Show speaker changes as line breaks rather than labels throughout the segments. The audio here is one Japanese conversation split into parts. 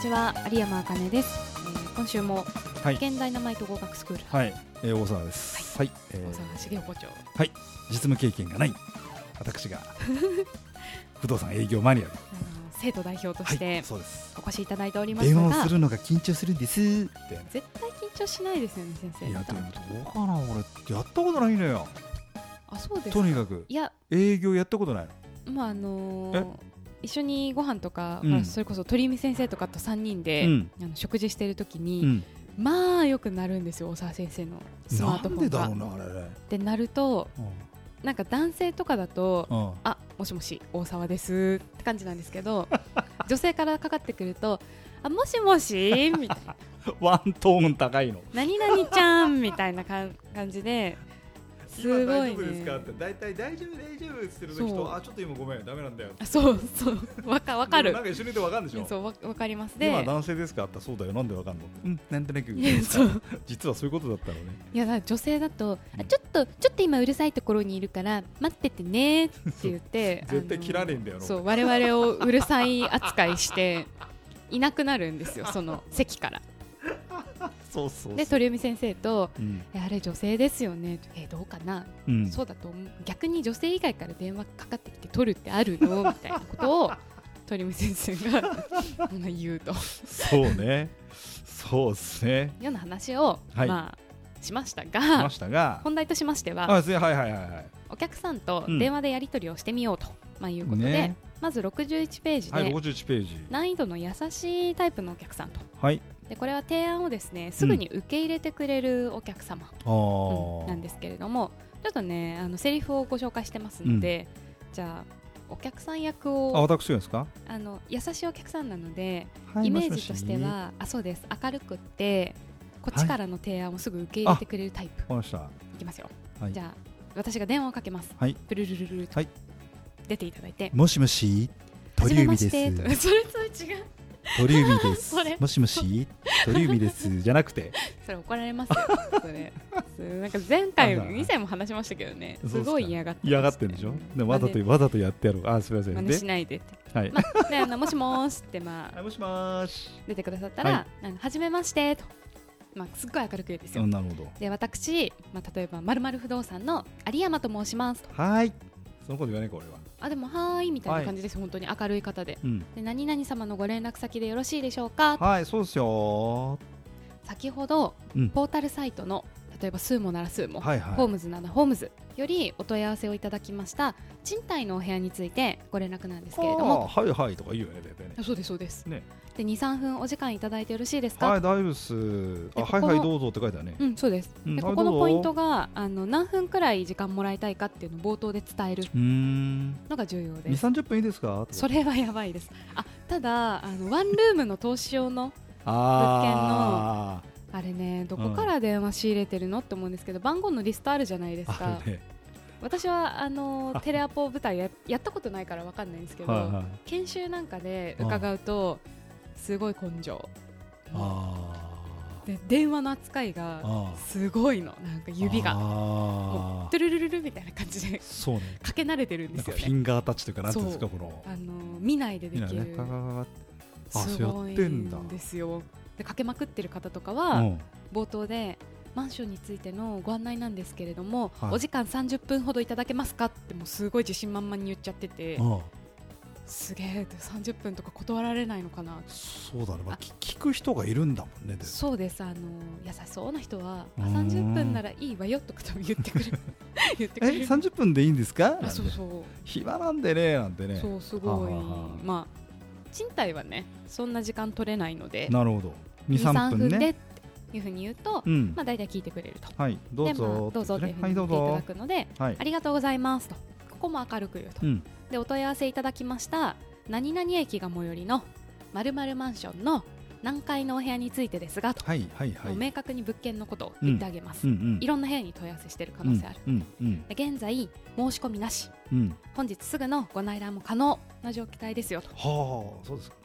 ちは有山あかねです、えー今週も
はい
現ダイナマイト合格スクール、
はい、えー、大沢です。はい、えー
大沢茂雄校長
実務経験がない私 が不動産営業マニアで、
あの生徒代表と
は
し
い、
て
そうです。
お越しいただいております
電話を
が
するのが緊張するんですって。
絶対緊張しないですよね先生
いやでもどうかな俺やったことないのよ。
あそうです
と
か
にかく
いや
営業やったことないの。
まああのー一緒にご飯とか、
うん
ほらそれこそ鳥海先生とかと3人で、
うん
あの食事してる時
う
に、
ん。
まあよくなるんですよ大沢先生のスマー
な
ト
ん
フォ
で
ンが
だろうなあれね。
でなるとなんか男性とかだと
うん。うん
あもしもし大沢ですって感じなんですけ ど女性からかかってくるとあもしもしみたいな
ワントーン高いの。
何々ちゃんみたいなかん感じですごいね
今大丈夫ですかって大体大丈夫大丈夫って言ってる時
そう
とあちょっと今ごめんダメなんだよ。
あそうそうわかわか
でもなん
る
か一緒にいてわかるでしょ。
そうわわかります
今
で
男性ですかあったそうだよなんでわかんのうんなんとなく
いやそう
実はそういうことだったのね
いやだから女性だと
うん
あちょっとちょっと今うるさいところにいるから待っててねって言って
絶対
あの
切られんだよな
そう我々をうるさい扱いしていなくなるんですよその席から
そうそうそう
で鳥海先生と
うん
えあれ女性ですよねえどうかな、
うん
そうだと思う逆に女性以外から電話かかってきて取るってあるのみたいなことを鳥海先生が あの言う と
そうねそうですね
いうような話を、
はい
まあしました
しま
が
したが
本題としましては
あすいはいはいはいはい
お客さんと
うん
電話でやり取りをしてみようと、まあ、いうことで、
ね
まず61ページで、
はい51ページ
難易度の優しいタイプのお客さんと
はい
でこれは提案をですねすぐに受け入れてくれるお客様、
あー
うんなんですけれどもちょっとねあのセリフをご紹介してますので、じゃあお客さん役
あ
を
私がですか
あの優しいお客さんなので、
はい
イメー
も
ジ
し
と
もし
してはあそうです明るくってこっちからの提案をすぐ受け入れてくれるタイプ、
わかりました
い、きますよ、
はい
じゃあ私が電話をかけます、
はい
プルルルルルと、
はい
出ていただいて
もしもし鳥海です
はじめましてと それそれ違う
鳥海です
それ
もしもし鳥海ですじゃなくて
それ怒られますよそれそれなんか前回
あら
以前も話しましたけどね
そうっす
す
か
ごい嫌がってま
嫌がってるでしょでもわざ
真
とわざとやってやろうあすみませ
似真
ん
似し
で
ないでって
はい
まあ、であのもしもーしって、ま
は
あ、
いもしもーし
出てくださったら、あのはじめましてと、まあ、すっごい明るく言うんですよ。
うんなるほど
で私、まあ、例えば、まるまる不動産の有山と申しますと。
はい。そのこと言わないか、俺は。
あ、でも、はーいみたいな感じです、本当に明るい方で。
うん。
で、何々様のご連絡先でよろしいでしょうか。
はい、そうですよ。
先ほど、
うん
ポータルサイトの、例えば、スーモならスーモ、
はいはい。
ホームズならホームズよりお問い合わせをいただきました。賃貸のお部屋について、ご連絡なんですけれども。
あーはいはいとか言うよね、大体ね。
あそうです、そうです。
ね
で、2、3分お時間いただいてよろしいですか。
はい、大丈夫っす。あ、
でこ
はい
こ
はい、どうぞって書いてあるね。
うん、そうです。
うん
で
は
こ
い
この
どうぞ
ポイントがあの何分くらい時間もらいたいかっていうのを冒頭で伝える
うーん。
のが重要
二
です。
三十分いいですか。
そ
れ。
れはやばいです。あ、ただあのワンルームの投資用の
あ
あれねどこから電話仕入れてるのって思うんですけど番号のリストあるじゃないです
ー。
か
あ。るね。
私はあのテレアポ舞台ややったことないからわかんないんですけど、
はいはい。
研修なんかで伺うとすごい根性。
あ
で電話の扱いが
あ。
すごいのなんか指が
あ
トゥルルルルみたいな感じで
ー。そうね。
かけ慣れてるんで
なん
す
か
よ
フ
ね
ィ。ンガータッチというか、なんていうんですか、
そ
この。
あの見ないでできる、
ね。ガガガガガあ
す
そう
ご
や
い
ってんだ
んですよでかけまくってる方とか
う
は
ん
冒頭でマンションについてのご案内なんですけれども、
はい
お時間30分ほどいただけますかってもうすごい自信満々に言っちゃってて
あー。
すげえ30分とか断られないのかな
そうだね。まあ、き聞く人がいるんだもんね。で
そうですあの優しそうな人はあ
うーん
30分ならいいわよとか多分言って くれる言ってくれ
え、
る
三十分でいいんですか。
あそう
なんて
そう
暇なんでねなんてね
そうすごい
はあはあはあ
まあ賃貸はねそんな時間取れないので
なるほど
23
23分
分で
ね
っていうふうに言うと、
うん
まあ、大体聞いてくれると。
はいどう
で、まあ
ぞ、
どうぞっていうふう
は
に
い
言っ
どう
ていただく
ぞ
ので、
はい
ありがとうございますと、ここも明るく言うと、
うん
でお問い合わせいただきました、何々駅が最寄りの〇〇マンションの何階のお部屋についてですがと、
はいはいは
も
いう
明確に物件のことを言ってあげます。
うんうん
いろんな部屋に問い合わせしてる可能性ある。
うんうん
で現在、申し込みなし、
うんうん
本日すぐのご内覧も可能な状態ですよと。
はあそうですか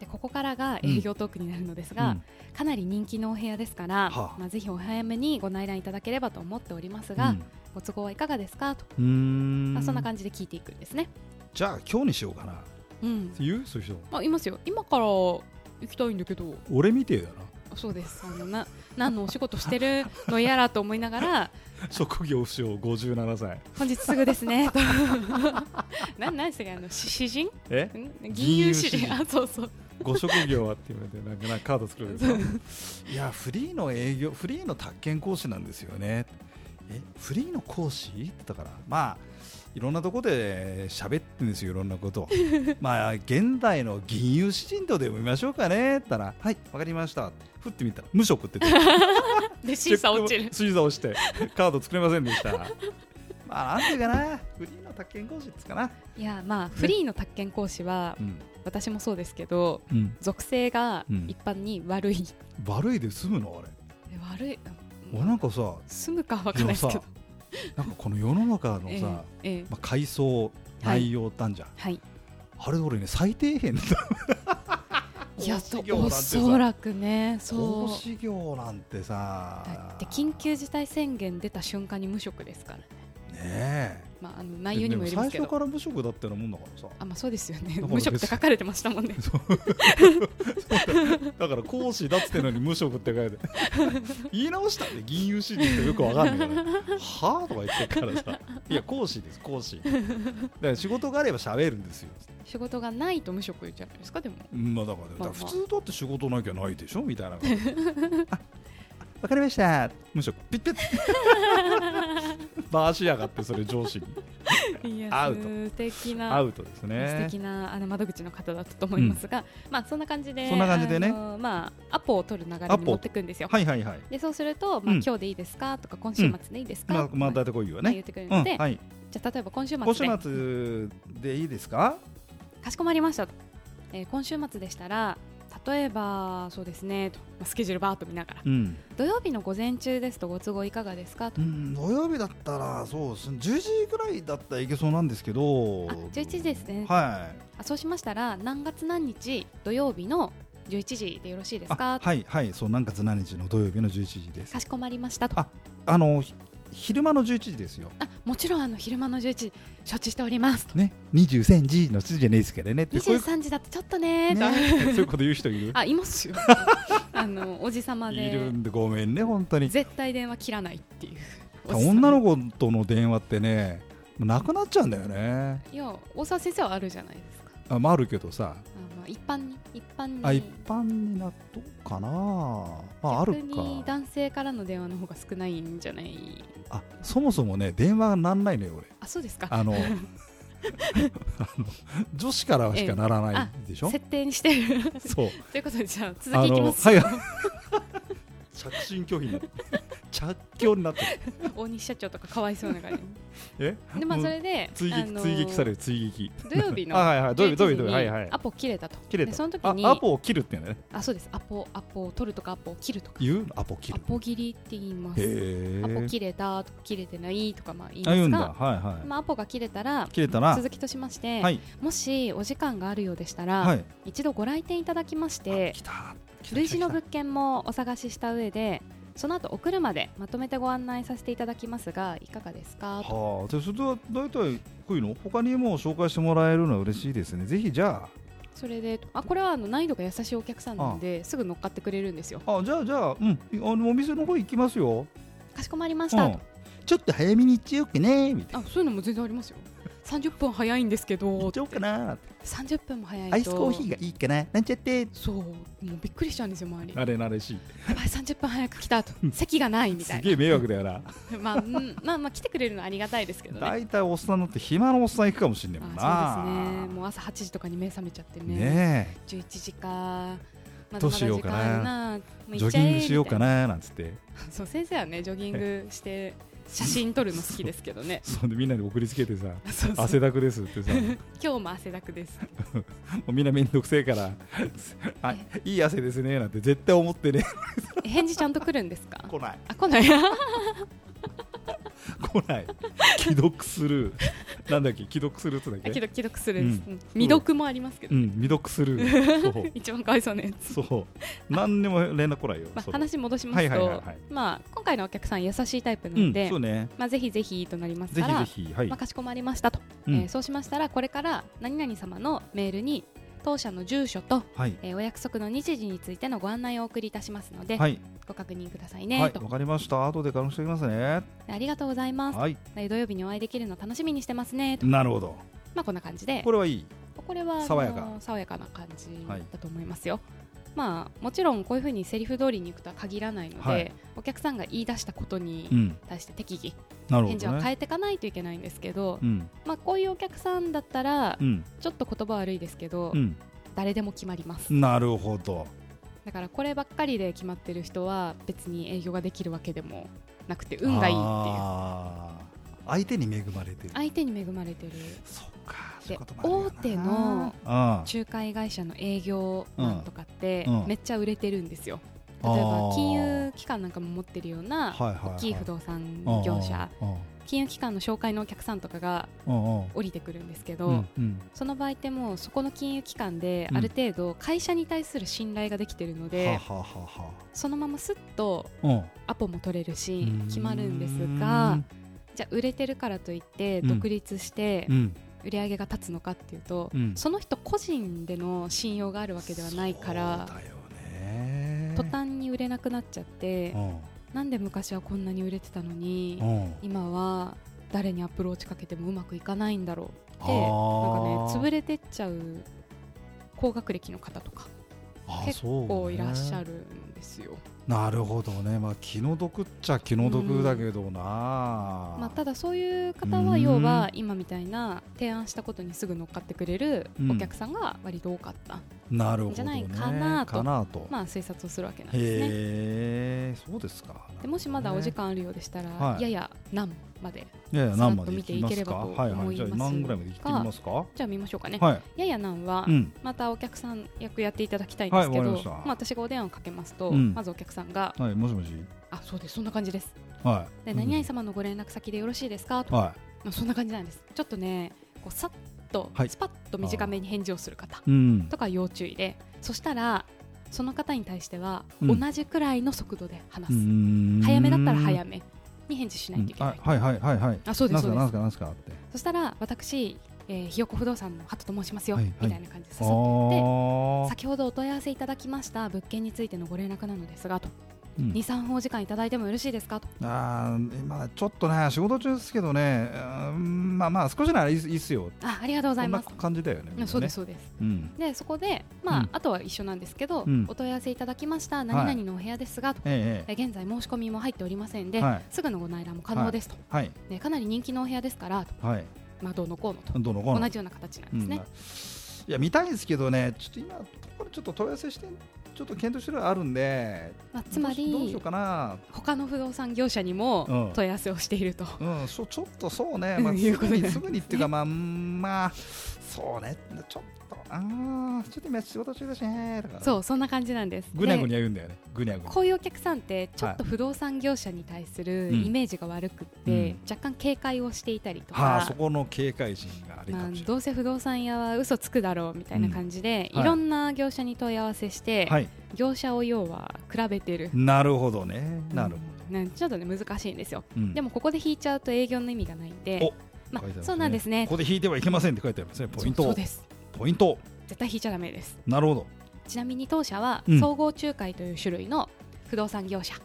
でここからが営業トークになるのですが、
うん
かなり人気のお部屋ですから、
はあ
まあ、ぜひお早めにご内覧いただければと思っておりますが、ご都合はいかがですかと、
うん
まあ、そんな
じ
感じで聞いていくんですね。
じゃあ今日にしようかな
うん
言うそういう人
あいますよ今から行きたいんだけど
俺みてえだな
そうですあのな何のお仕事してるのやらと思いなが ら
職業不詳57歳
本日すぐですねと なんなんですかあのし詩人
え
ん
銀
銀
融
融
詩
詩
人
人あそうそう
ご職業はっていうのでなんかなんかカード作るんですかいやフリーの営業フリーの宅建講師なんですよねえフリーの講師って言ったからまあいろんなとこで喋ってるんですよいろんなことをまあ現代の銀融詩人とでも見ましょうかねって言ったらはいわかりました振ってみたら無職って言って
で 審査落ちる
審査落ちてカード作れませんでしたまあなんていうかなフリーの宅建講師ですかな、
いやまあフリーの宅建講師は
うん
私もそうですけど
うん、
属性が
うん
一般に悪い、
悪いで済むのあれ
え悪い
俺なんかさ
住むかわか
で
んないで
も
す
さ
けど
なんかこの世の中のさ、
ええ
ま
ええ
あ、階層
はい
内容なんじゃん、
はい
あれ俺ね最底辺だ
いや
講
と
師業なん
お
てさ
そらくねそ
講
う
師業なんて
だ
さ
って緊急事態宣言出た瞬間に無職ですからね
ねえ
まああの内容にもよ
で
り
も
ます
最
け
初
ど
から無職だったようなもんだか らさ
あまあそうですよね
ら
無職って書かれてましたもんね
だから講師だっつってのに無職って書いて言い直したんで銀融資人ってよくわかんないからはあとか言ってるからさいや講師です講師だから仕事があれば喋るんですよ、
仕事がないと無職じゃないですかでも
まあ、だからだから
まあまあ
普通だって仕事なきゃないでしょみたいな感じあ わかりました無職ピッピッバーしやがってそれ上司に
いや
アウト
素敵
ア
な
ウトです
素
ね
敵なあの窓口の方だったと思いますが、まあそんな感じで
そんな感じでね
あのまあアポを取る流れ
ア
に
ポ
持っていくんですよ
はいはいはい
でそうすると、まあ
うん
今日でいいですかとか今週末でいいですか、
まあ
とか
まあ大体こう言うよね
言ってくれる
う
の
ん
で、
はい
じゃあ例えば今週末で
今週末でいいですか
かしこまりましたと、えー今週末でしたら例えばそうですねと、まあ、スケジュールバーっと見ながら
うん
土曜日の午前中ですとご都合いかがですかと、
うん、土曜日だったらそうですね10時ぐらいだったらいけそうなんですけど
あ11時ですね、
はい
あそうしましたら何月何日土曜日の11時でよろしいですか
あはいはいそう何月何日の土曜日の11時です
かしこまりましたと
ああのひ昼間の11時ですよ
あもちろんあの昼間の11時承知しておりますと
ね23時の7時じゃないですからねってこういう
23時だとちょっとねーと、
ね、 そういうこと言う人いる
あいますよ あのおじさま
いる
で
んでごめんね本当に
絶対電話切らないっていうおじさん
女の子との電話ってねもうなくなっちゃうんだよね
いや大沢先生はあるじゃないですか
あ,、まあ、あるけどさ
あまあ一般に一般に
あ一般になっとうかなまあある
逆に
か
男性からの電話の方が少ないんじゃない
あそもそもね電話がなんないのよ俺
あそうですか
あのあの女子からはしかならないでしょ、
設定にしてる
そう
ということでじゃあ続
あ
きいき
の
ます、
はい 着信拒否になって着拒になってる
大西社長とかかわいそうな感
え
じ でまあそれで
追撃、
あの
追撃される追撃
土曜日の
あはいはい土曜日土曜日土曜
11
日
時
はいはい
アポ切れたと
切れた
でその時
あ
に
アポを切るってね
あそうですアポアポを取るとかアポを切るとか
言うのアポ切
ア
る
ポ切りって言います
へえ
アポ切れたとか切れてないとかまあ言い
あ
ま
言う
す
んだ
が
はいはい、
まあアポが切れたら
切れたな
続きとしまして、
はい
もしお時間があるようでしたら、
はい
一度ご来店いただきまして
来た来た
類似の
来た
物件もお探しした上でその後お車でまとめてご案内させていただきますがいかがですかと
はあじゃあそれは大体こういうの他にも紹介してもらえるのは嬉しいですねぜひじゃ
それであこれはあの難易度が優しいお客さんなんですぐ乗っかってくれるんですよ
ああじゃあじゃあうんあのお店の方行きますよ
かしこまりまし
う
た、
んちょっと早めに行っちゃおうかねみたいな
あそういうのも全然ありますよ30分早いんですけ
行
ど
っちゃおうかな
30分も早いと
アイスコーヒーがいいかななんちゃって
そうもうびっくりしちゃうんですよ周りやば
慣れ慣れしい
い30分早く来たと席がないみた
す
い
げえ迷惑だよな
な まあ、うんまあまあ来てくれるのはありがたいですけどね
大体おっさんだって暇のおっさん行くかもしんねえもんな
あそうですねもう朝8時とかに目覚めちゃってね
ねえ
11時かまだまだ
どうしようかな
時間あるなもう
ジ
行っ
ョ
ちゃえ
ギングしようか
み
ななんつって
たいなそう先生はねジョギングして写真撮るの好きですけど ね
そんでみんなに送りつけ てさ
そうそう
汗だくですっ てさも
今日も汗だくです
うみんな面倒くせえから あいい汗ですねなんて絶対思ってね
え返事ちゃんと来るんですか
来ない
あ来 ない
来ない既読する なんだっけ既読するってだっけ
既読既読するんです、
う
うん未読もありますけど、
うん未読する
一番かわいそうなやつ
そうそう何にも連絡来ないよ、
ま
そ
あ、
う
話戻しますと、
はいはいはいはい
まあ、今回のお客さん優しいタイプな
うん
ので、
そうね
まあ、ぜひぜひとなります
ぜ
から
ひぜひはい、
まあ、かしこまりましたと、
うん
えーそうしましたらこれから何々様のメールに当社の住所と、
はい
えーお約束の日時についてのご案内をお送りいたしますので、
はい
ご確認くださいね、
はい
と
わかりました後で確認しておきますね
ありがとうございます、
はい
えー土曜日にお会いできるの楽しみにしてますねと
なるほど
まあこんな感じで
これはいい
これはあの
爽やか
爽やかな感じ
はい
だと思いますよ、まあもちろんこういうふうにセリフ通りにいくとは限らないので、
はい
お客さんが言い出したことに
うん
対して適宜、
なるほ
返事
ど
は
ね
変えていかないといけないんですけど、
うん
まあこういうお客さんだったら
うん
ちょっと言葉悪いですけど、
うん
誰でも決まります
なるほど
だからこればっかりで決まってる人は別に営業ができるわけでもなくて運がいいっていう
あー相手に恵まれてる
相手に恵まれてる
そっかそうい
で
うこともあるよ
大
な
手の
あ
仲介会社の営業マンとかって
うんうん
めっちゃ売れてるんですよ、
あー
例えば金融機関なんかも持ってるよう
あ
な
はいはいは
大
い
きい不動産業者金融機関の紹介のお客さんとかが
うんうんうん
降りてくるんですけ
う
ど、
んうん
その場合ってもうそこの金融機関で
うん
ある程度会社に対する信頼ができてるので、
はははは
そのまますっと
うん
アポも取れるし決まるんですがじゃあ売れてるからといって
うん
独立して
うん
売り上げが立つのかっていうと、
うん
その人個人での信用があるわけではないから
そうだよね
途端に売れなくなっちゃって
う
なんで昔はこんなに売れてたのに
んうん
今は誰にアプローチかけてもうまくいかないんだろうってなん
あ
かね
ー
潰れてっちゃう高学歴の方とか
あ
結
そうね
こういらっしゃるんですよ。
なるほどねまあ気の毒っちゃ気の毒だけどな
まあ、た
だ
だそういう方
う
は
ん
要は今みたいな提案したことにすぐ乗っかってくれる
うん
お客さんが割と多かった、
なるほどね
じゃないかなと
かなと
まあ推察をするわけなんですね。
へえそうですか
でもしまだお時間あるようでしたら、
はい
やや何まで
いやいや
さらっと
何までいき
見
ま
ていけ
す
れば
か
と
はいはいじゃあ
思います
何ぐらいまでいってみますか
じゃあ見ましょうかね、
はい
ややなんは、
うん
またお客さん役やっていただきたいんですけ
はい
ど、
わかりま
ま
した
あ、私がお電話をかけますと、
うん
まずお客さんが
はいもしもし
「あそうですそんな感じです」
はい
で「何々
さ
様のご連絡先でよろしいですか?」とか、
は
まあそんな感じなんですちょっとねこうさっと、
はい
スパッと短めに返事をする方
いうん
とか要注意でそしたらその方に対しては
う
同
ん
じくらいの速度で話す、早
早
めだったら早めに返事しないといけない、
はいはいはいはい
あそうで
な
す
んす
そう
か
で
なん
す
すかなんすかって
そしたら私、えーひよこ不動産のハトと申しますよ、
はいはい
みたいな感じで誘っ
あ
て
ー
先ほどお問い合わせいただきました物件についてのご連絡なのですがと
うん
23お時間いただいてもよろしいですかと
あー今ちょっとね仕事中ですけどねあーうんまあまあ少しならいいいいっすよ
あありがとうございます
こんな感じだよねみ
うん
んなね
そうですそうです
うん
でそこでまあ、
うん
あとは一緒なんですけど、
うん
お問い合わせいただきました何々のお部屋ですがと、
えええ
え現在申し込みも入っておりません
え
で、
はい
すぐのご内覧も可能ですと、
はい
ね、かなり人気のお部屋ですからと
はい
まあどうのこうのと
どの
同
この
じような形なんですね、
うん、いや見たいんですけどねちょっと今ここでちょっと問い合わせしてちょっと検討してるのあるんで
まあ、つま
どうしどうし
り
ようかな
他の不動産業者にも
うん
問い合わせをしていると、
うんそうちょっとそ うね、まあ、
いう
す
こと
ぐ
なんで
に
す
すぐにっていうかまあうんまあそうねちょっとあーちょっと今仕事中だしねとか
そうそんな感じなんです
ぐにゃぐ
で
にゃ言うんだよねぐにゃぐにゃ
こういうお客さんってちょっと不動産業者に対する
うん
イメージが悪くって、
うん
若干警戒をしていたりと
はあ
か
そ、この警戒心がありか
まあ
もしれ、ない、
どうせ不動産屋は嘘つくだろうみたいな感じで、
うんはい
いろんな業者に問い合わせして、
はい
業者を要は比べてる、
なるほどねなるほ
うんなんちょっとね難しいんですよ
ど、うん
でもここで引いちゃうと営業の意味がないんで
お
ま
書いてあります
あ、
ね
そうなんですね
ここで引いてはいけませんって書いてありますねポイ
そ
ン
う
ト
そうです
ポイント
絶対引いちゃダメです
なるほど
ちなみに当社は
うん
総合仲介という種類の不動産業者
は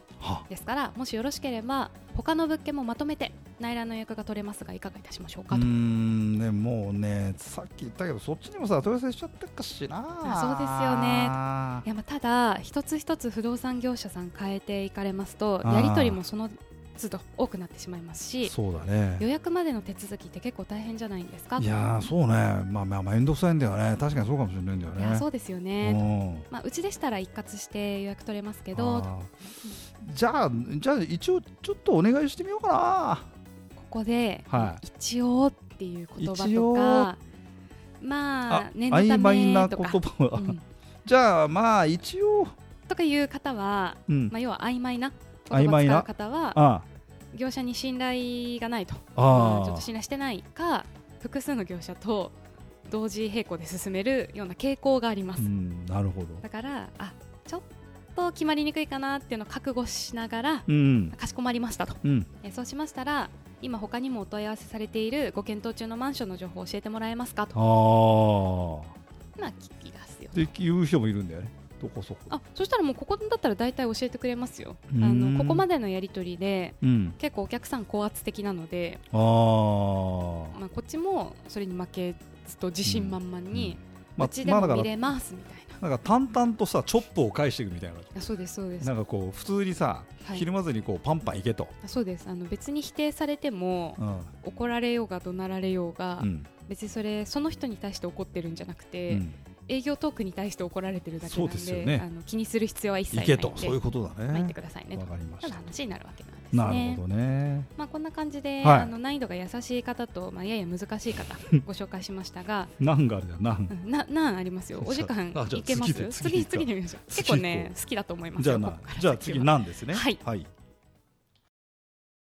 ですからもしよろしければ他の物件もまとめて内覧の予約が取れますがいかがいたしましょう
う
か
ー
と、
んねもうねさっき言ったけどそっちにもさ問い合わせしちゃったかしな
あいやまあただ一つ一つ不動産業者さん変えていかれますとやり取りもその都度多くなってしまいますし
そうだ
予
ね
約までの手続きって結構大変じゃないんですか
いやーそうねまあまあまあ面倒くさいんだよね確かにそうかもしれないんだよ
いや
ね
そうですよ
う
ね、
ん
まあ、うちでしたら一括して予約取れますけ
あ
ど
ーじゃあじゃあ一応ちょっとお願いしてみようか
ここで、
は
一応っていう言葉
一
と
応
かまあ
な
念のた
曖昧
め
な
と
言
か、
葉
う
は
ん
じゃあまあ一応
とかいう方は、
うん
まあ、要は曖昧な言
曖
葉
昧
使
な
う方は
あ
業者に信頼がないと
ああ
うんちょっと
あ
信頼してないか複数の業者と同時並行で進めるような傾向があります、
うんなるほど
だからあちょっと決まりにくいかなっていうのを覚悟しながら
うん
かしこまりましたと
うん
えそうしましたら今他にもお問い合わせされているご検討中のマンションの情報を教えてもらえますかと
ああ
な気がすよ
って言う人もいるんだよねどこそこ
あそしたらもうここだったら大体教えてくれますよあ
うーん
のここまでのやり取りで
うん
結構お客さん高圧的なので、
ああ
まあ、こっちもそれに負けずと自信満々に、
ま
う
あ
ちで
まあ
も
だから
見れますみたいな。
なんか淡々とさチョップを返していくみたいな
あそうですそうです
なんかこう普通にさ、
はい
ひるまずにこうパンパンいけと、
あそうですあの別に否定されても
うん
怒られようが怒鳴られようが、
うん
別にそれその人に対して怒ってるんじゃなくて、
うん
営業トークに対して怒られてるだけなん
そうで
です
よね
あの気にする必要は一切
い
ない
け
んで
とそういうことだ
まあ
ね
言ってくださいね
わかりま
とい
し
う
た
話になるわけなんですね。
なるほどね
まあこんな感じで、
はい
あの難易度が優しい方と、まあ、やや難しい 方ご紹介しましたが、
何があるじゃん何
うん、ななんありますよお時間
あじゃあ
いけます
次で次
次
で
次で見ましょう
次
結構ね
行
好きだと思いますよ
じゃあ
こ
な
こから
じゃあ
先は
次何ですね
はい
はい